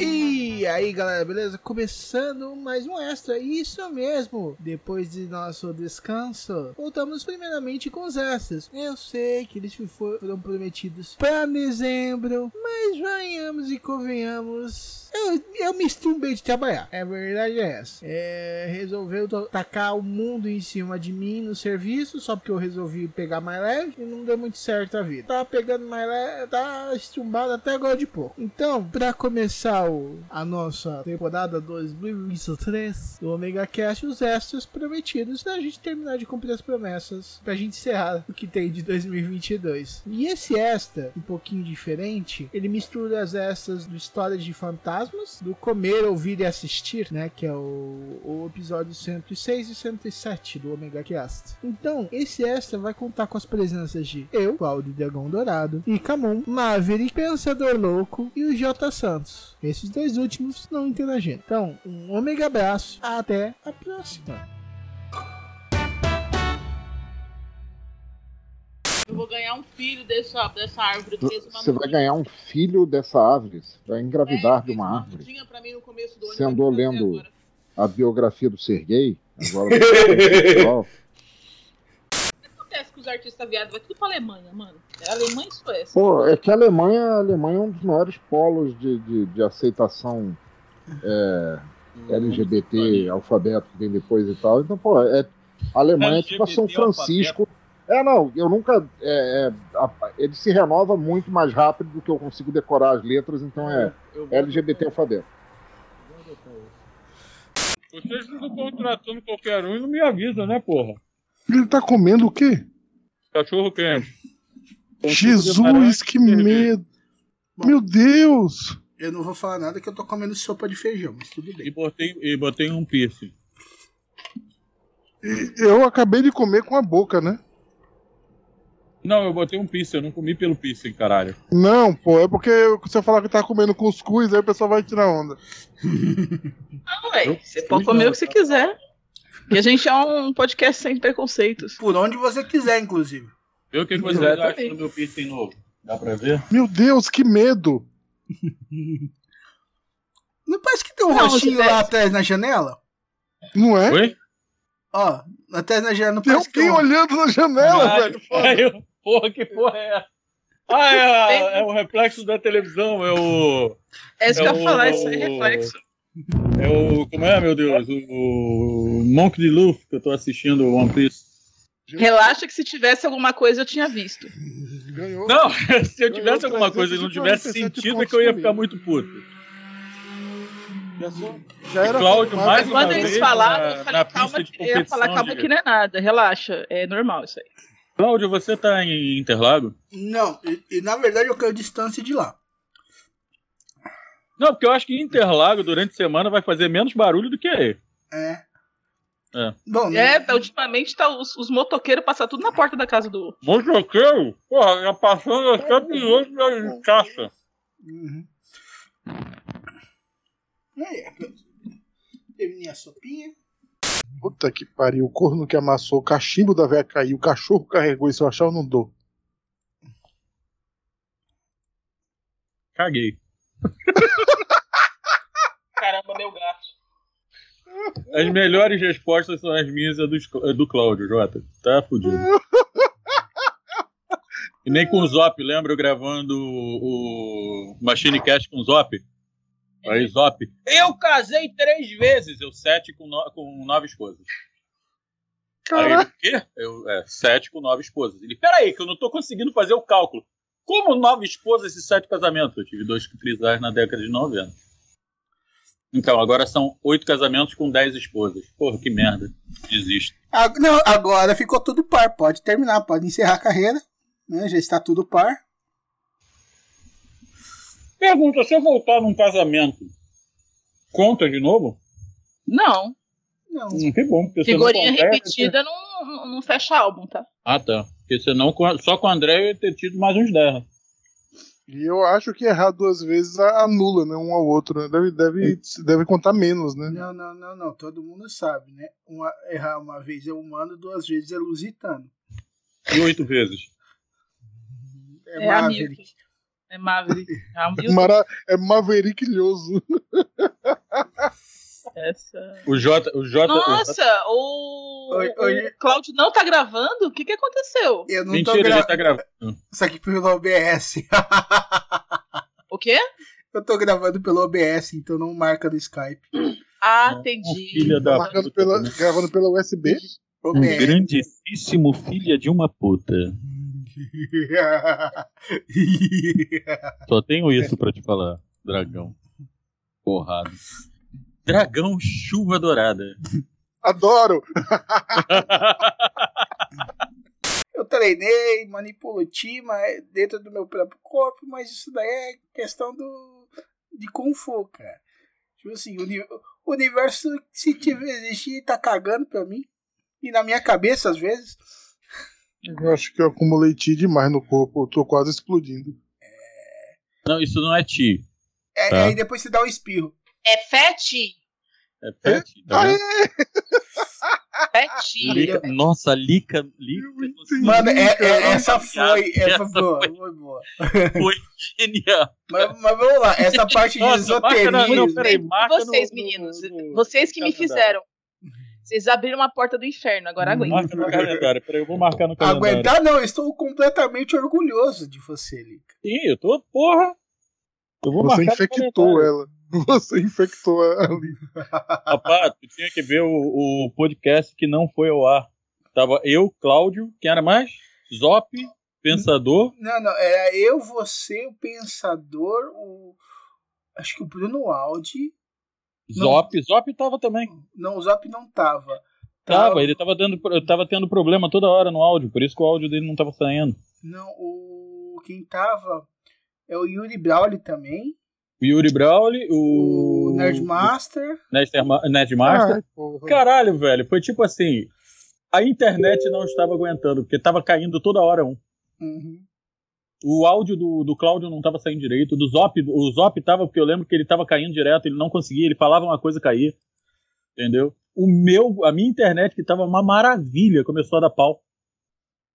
E aí galera, beleza? Começando mais um extra, isso mesmo! Depois de nosso descanso, voltamos primeiramente com os extras. Eu sei que eles foram prometidos para dezembro, mas venhamos e convenhamos. Eu, eu me estumbei de trabalhar, é verdade é essa. É, resolveu to- tacar o mundo em cima de mim no serviço, só porque eu resolvi pegar mais leve e não deu muito certo a vida. Tá pegando mais leve, tá estumbado até agora de pouco. Então, pra começar o- a nossa temporada 2023 do Omega Cast, os extras prometidos pra gente terminar de cumprir as promessas, pra gente encerrar o que tem de 2022. E esse extra, um pouquinho diferente, ele mistura as extras do História de Fantasmas, do Comer, Ouvir e Assistir, né, que é o, o episódio 106 e 107 do Omega Cast. Então, esse extra vai contar com as presenças de eu, Claudio Dragão Dourado, e Camon, Maverick, Pensador Louco e o J. Santos. Esses dois últimos não interagindo. Então, um Omega abraço, até a próxima. Eu vou ganhar um filho dessa, dessa árvore. porque esse Você vai mamute ganhar um filho dessa árvore, você vai engravidar é, de uma fez árvore. tinha pra mim no começo do ano, Você vai andou fazer lendo- agora. A biografia do Serguei, agora do pessoal, O que acontece com os artistas viados? Vai tudo pra Alemanha, mano. É Alemanha e Suécia. Pô, é que a Alemanha, a Alemanha é um dos maiores polos de, de, de aceitação Hum, é, LGBT, alfabeto que vem depois e tal. Então, pô, é, a Alemanha é tipo a São LGBT, Francisco. É, não, eu nunca. é, é, a- ele se renova muito mais rápido do que eu consigo decorar as letras, então é Eu vou- LGBT alfabeto. Vocês ficam contratando qualquer um e não me avisam, né, porra? Ele tá comendo o quê? Cachorro quente. Jesus, que medo! Meu Deus! Eu não vou falar nada que eu tô comendo sopa de feijão, mas tudo E botei, e botei um piercing. E Eu acabei de comer com a boca, né? Não, eu botei um piercing, eu não comi pelo piercing, caralho. Não, pô, é porque se eu falar que tá comendo cuscuz, aí o pessoal vai tirar onda. Não, velho. Ah, Você pode comer o que você quiser. E a gente é um podcast sem preconceitos. Por onde você quiser, inclusive. Vê o que vocês acham do meu piercing novo. Dá pra ver? Meu Deus, que medo! Não parece que tem um Não, é- roxinho você- lá atrás na janela? Não é? Oi? Ó, atrás na janela não Tem parece que alguém tem um... olhando na janela, Caralho, É, velho. Foda. caralho. porra, que porra é essa? Ah, é, é o reflexo da televisão, é o. É isso que eu ia É falar, o- isso é reflexo. É o. Como é, meu Deus? O, o Monk de Luffy que eu tô assistindo o One Piece. Relaxa que se tivesse alguma coisa eu tinha visto. Ganhou. Não, se eu Ganhou tivesse alguma coisa e não tivesse 347 sentido, é pontos que eu ia comigo. ficar muito puto. Já, sou- já era. Cláudio, mais uma Quando vez, eles falaram, na- eu falei, na calma, pista de que- eu ia falar, competição, calma diga. que não é nada. Relaxa, é normal isso aí. Cláudio, você tá em Interlago? Não, e, e na verdade eu quero distância de lá. Não, porque eu acho que Interlago durante a semana vai fazer menos barulho do que aí. É. É. Bom, É, tá, ultimamente tá os, os motoqueiros passam tudo na porta da casa do. Motoqueiro? Porra, já passando as 108 da caixa. Uhum. Aí, é. Terminei a sopinha. Puta que pariu, o corno que amassou, o cachimbo da véia caiu, o cachorro carregou, e se eu achar eu não dou. Caguei. Caramba, meu gato. As melhores respostas são as minhas e a dos- do, Cláudio, Jota. Tá fudido. E nem com o Zop, lembra eu gravando o, o Machine Cast com o Zop? Aí, Zop. Eu casei três vezes, eu sete com, no- com nove esposas. Aí ele, o quê? Eu, é, sete com nove esposas. Ele, peraí, que eu não tô conseguindo fazer o cálculo. Como nove esposas e sete casamentos? Eu tive dois trisais na década de 90. Então, agora são oito casamentos com dez esposas. Porra, que merda. Desisto. Ah, não, agora ficou tudo par. Pode terminar, pode encerrar a carreira. né? Já está tudo par. Pergunta, se eu voltar num casamento, Conta de novo? Não. Não. Hum, que bom. Porque você não Figurinha conversa. repetida não, não- não fecha álbum, tá? Ah, tá. Porque senão com a- só com o André eu ia ter tido mais uns né? 10. E eu acho que errar duas vezes a- anula, né? Um ao outro, né? Deve, deve, deve contar menos, né? Não, não, não, não. Todo mundo sabe, né? Uma- errar uma vez é humano, duas vezes é lusitano. E oito vezes. É, É amigo. Maverick. É Maverick. É uma É Mara, é mavericilhoso. essa. O Jota. O Jota o Jota- Nossa, o, Oi, oi. o Cláudio não tá gravando? O que que aconteceu? Eu não Mentira, tô ele gravando. tá gravando. Isso aqui pelo OBS. O quê? eu tô gravando pelo OBS, então não marca no Skype. Ah, entendi. Filha da né? Marcando pela, gravando pela USB. OBS. Um Grandíssimo filha de uma puta. Só tenho isso pra te falar, dragão. Porrada. Dragão chuva dourada. Adoro! eu treinei, manipulo o time é, dentro do meu próprio corpo, mas isso daí é questão do, de Kung Fu, cara. Tipo assim, o, uni- o universo, se tiver existir, tá cagando pra mim. E na minha cabeça, às vezes. Eu acho que eu acumulei ti demais no corpo. Eu tô quase explodindo. Não, isso não é ti. É, Tá. Aí depois você dá um espirro. É Feti? É pet. Tá vendo? Feti. Lica- Nossa, lica. lica Mano, é- é- essa Obrigado. foi. Essa Essa foi boa, foi boa. foi genial. Mas, mas vamos lá, essa parte de Nossa, marca na- não, esoterismo. peraí, marca no- Vocês, no- meninos. no- no- Vocês que me calendário. fizeram. Vocês abriram a porta do inferno, Uhum. agora aguenta. Marca no calendário. Peraí, eu vou marcar no calendário. Aguentar, não, eu estou completamente orgulhoso de você, Lica. Sim, eu tô. Porra! Eu vou marcar Você no infectou calendário. ela. Você infectou ali. Rapaz, tu tinha que ver o, o podcast que não foi ao ar. Tava eu, Cláudio, quem era mais? Zop, Pensador. Não, não, era eu, você, o pensador, o. Acho que o Bruno Aldi. Não. Zop, Zop tava também. Não, o Zop não tava. Tava, ele tava, dando, pro- tava tendo problema toda hora no áudio, por isso que o áudio dele não tava saindo. Não, o. Quem tava é o Yuri Brawley também. O Yuri Brawley, O o. Ah. Nerdmaster. Nerdma- Nerdmaster. Ai, porra. Caralho, velho, foi tipo assim. A internet não estava aguentando, porque tava caindo toda hora um. Uhum. O áudio do, do Cláudio não tava saindo direito. Do Zop, o Zop tava, porque eu lembro que ele tava caindo direto, ele não conseguia, ele falava uma coisa e caía. Entendeu? O meu, a minha internet, que tava uma maravilha, começou a dar pau.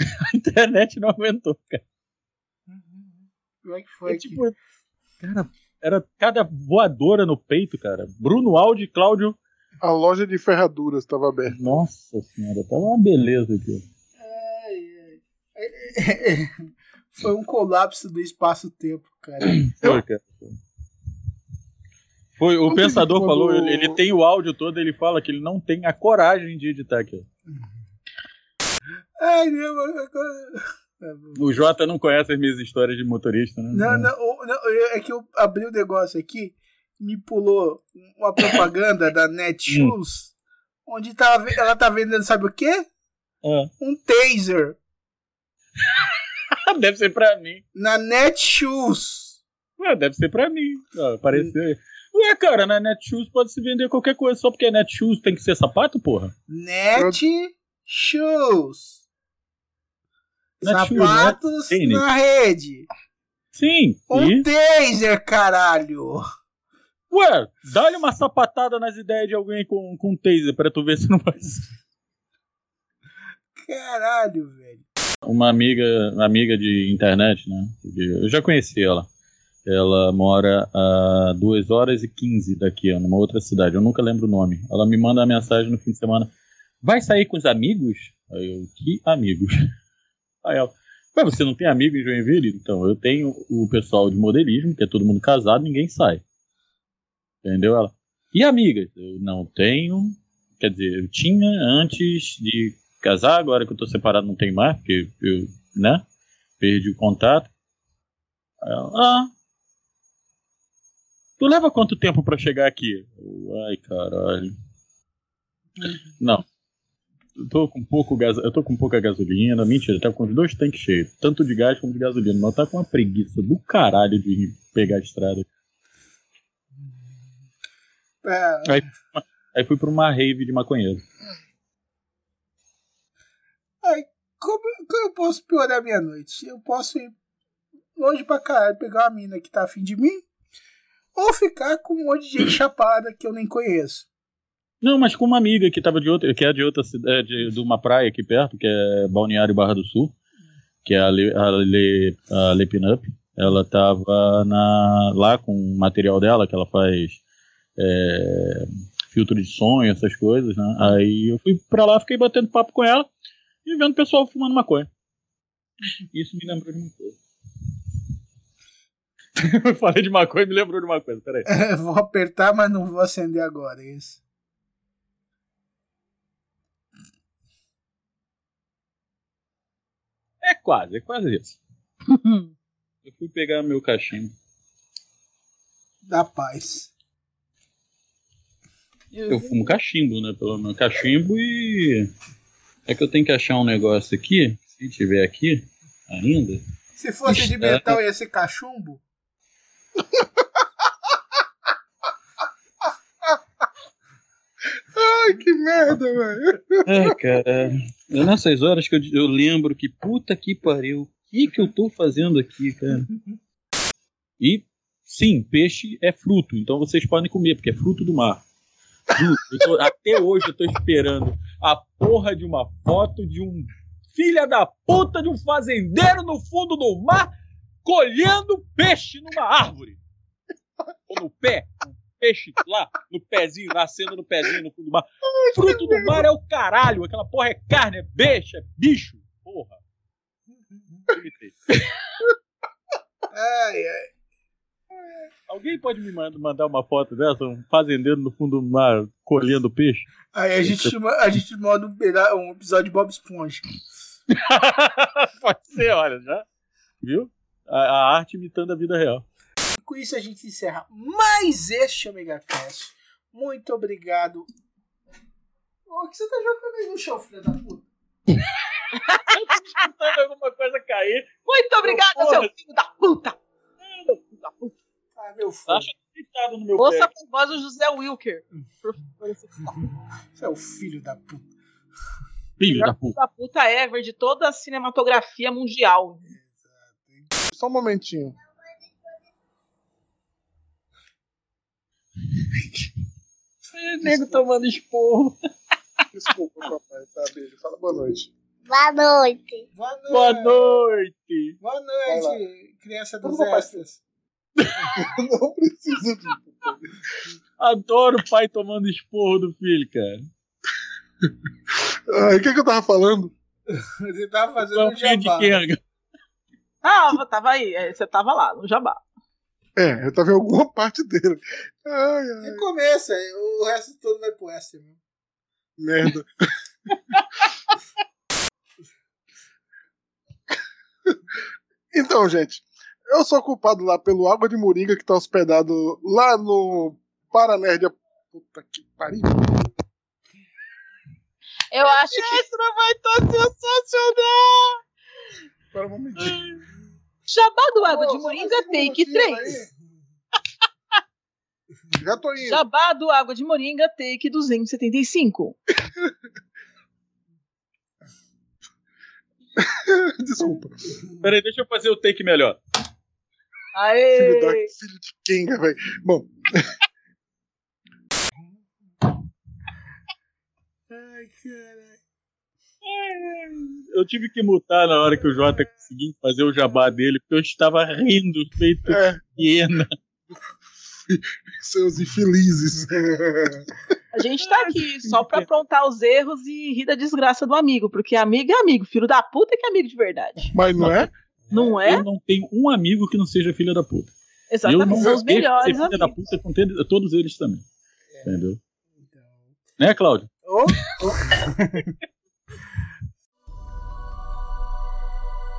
A internet não aguentou, cara. Como é que foi? Foi tipo. Cara, era cada voadora no peito, cara. Bruno Aldi, Cláudio. A loja de ferraduras estava aberta. Nossa senhora, tava uma beleza aqui. Ai, ai. Foi um colapso do espaço-tempo, cara. Foi, cara. Foi, o Quando pensador ele- falou, quando- ele, ele tem o áudio todo, ele fala que ele não tem a coragem de editar aqui. Ai, não, agora. O Jota não conhece as minhas histórias de motorista, né? Não, não, o- não, eu- é que eu abri o negócio aqui, me pulou uma propaganda da Netshoes, onde tá, ve- ela tá vendendo, sabe o quê? Ah. Um taser Ah, Deve ser pra mim. na Netshoes. Ué, deve ser pra mim. Ah, Apareceu aí. Ué, cara, na Netshoes pode se vender qualquer coisa, só porque é Netshoes tem que ser sapato, porra? Netshoes. Netshoes, Sapatos né? Tênis. na rede. Sim. Um E, taser, caralho. ué, dá-lhe uma sapatada nas ideias de alguém com, com taser pra tu ver se não vai ser. Caralho, velho. uma amiga, uma amiga de internet, né? de- Eu já conheci ela. Ela mora a 2 horas e 15 daqui, ó, numa outra cidade. Eu nunca lembro o nome. Ela me manda uma mensagem no fim de semana. Vai sair com os amigos? Aí eu, que amigos? Aí ela, "Ué, você não tem amigo em Joinville? Então, eu tenho o pessoal de modelismo, que é todo mundo casado, ninguém sai. Entendeu? Ela, e amigas? Eu não tenho. Quer dizer, eu tinha antes de casar, agora que eu tô separado não tem mais, porque eu, né, perdi o contato. Aí ela, ah, tu leva quanto tempo pra chegar aqui? Eu, Ai, caralho. Não. Eu tô com pouco gas... eu tô com pouca gasolina, mentira, tá com os dois tanques cheios, tanto de gás como de gasolina, mas tá com uma preguiça do caralho de pegar a estrada. É, Aí fui pra uma rave de maconheiro. como, como eu posso piorar minha noite? Eu posso ir longe pra caralho, pegar uma mina que tá afim de mim, ou ficar com um monte de gente chapada que eu nem conheço. Não, mas com uma amiga que tava de outra, que é de outra cidade, de, de uma praia aqui perto, que é Balneário Barra do Sul, que é a Le, a Le, a Le Pinup. Ela tava na, lá com o material dela, que ela faz é, filtro de sonho, essas coisas, né? Aí eu fui pra lá, fiquei batendo papo com ela e vendo o pessoal fumando maconha. Isso me lembrou de uma coisa. eu falei de maconha e me lembrou de uma coisa, peraí. vou apertar, mas não vou acender agora, é isso. É quase, é quase isso. Eu fui pegar meu cachimbo. Da paz. Eu fumo cachimbo, né? Pelo menos cachimbo e. É que eu tenho que achar um negócio aqui, se tiver aqui ainda. Se fosse de Está- metal ia ser cachumbo? Ai, que merda, velho. É, cara. É nessas horas que eu, eu lembro que puta que pariu, o que que eu tô fazendo aqui, cara? E sim, peixe é fruto, então vocês podem comer, porque é fruto do mar. Juro, eu tô- até hoje eu tô esperando a porra de uma foto de um filha da puta de um fazendeiro no fundo do mar colhendo peixe numa árvore. Ou no pé, um peixe lá, no pezinho, nascendo no pezinho no fundo do mar. Fruto do mar é o caralho. Aquela porra é carne, é beixa, é bicho. Porra. Imitei. Ai, ai. Alguém pode me mand- mandar uma foto dessa? Um fazendeiro no fundo do mar colhendo peixe? Aí a gente, chama- a gente manda um peda- um episódio de Bob Esponja. pode ser, olha, né? já. Viu? A, a arte imitando a vida real. E com isso a gente encerra mais este Omega Cast. Muito obrigado. Ô, O que você tá jogando aí no chão, filha da puta? Tentando alguma coisa cair. Muito obrigada, seu filho da puta! Ah, meu filho. Acho deitado no meu Ouça pé. com voz do José Wilker. Por favor, esse filho Você é o filho da puta. Filho da puta. da puta ever de toda a cinematografia mundial. Só um momentinho. Nego tomando esporro. Desculpa, papai. Tá, beijo. Fala boa noite. Boa noite. Boa noite. Boa noite. Boa Vai noite, criança dos Vamos lá, extras. Não precisa de. Adoro o pai tomando esporro do filho, cara. Ai, o que, que eu tava falando? Você tava fazendo um Não É filho de jabá. quem? Tava, tava aí. é, Você tava lá, no jabá. É, eu tava em alguma parte dele. Ai, ai, É começo, é, o resto todo vai pro extra. Meu. merda. então, gente, eu sou culpado lá pelo Água de Moringa que tá hospedado lá no Paranerdia. Puta que pariu. Eu acho que. vai sensacional! Espera um momentinho. Jabá do Água de Ô, só mais um Moringa cinco Take minutinhos 3. aí. Já tô indo. Jabá do Água de Moringa Take 275. Desculpa. Peraí, deixa eu fazer o take melhor. Filho, da... Aê! Filho de quem, velho? Bom, Ai, caralho. Eu tive que mutar na hora que o Jota conseguiu fazer o jabá dele, porque eu estava rindo, feito é, hiena. seus infelizes. A gente tá aqui só pra aprontar os erros e rir da desgraça do amigo, porque amigo é amigo, filho da puta é que é amigo de verdade. Mas não é? Não é? Eu não tenho um amigo que não seja filha da puta. eu não Exatamente. São os deixo de ser melhores filha da amigos. puta é com te- todos eles também. Entendeu? Né, Cláudio? Ô,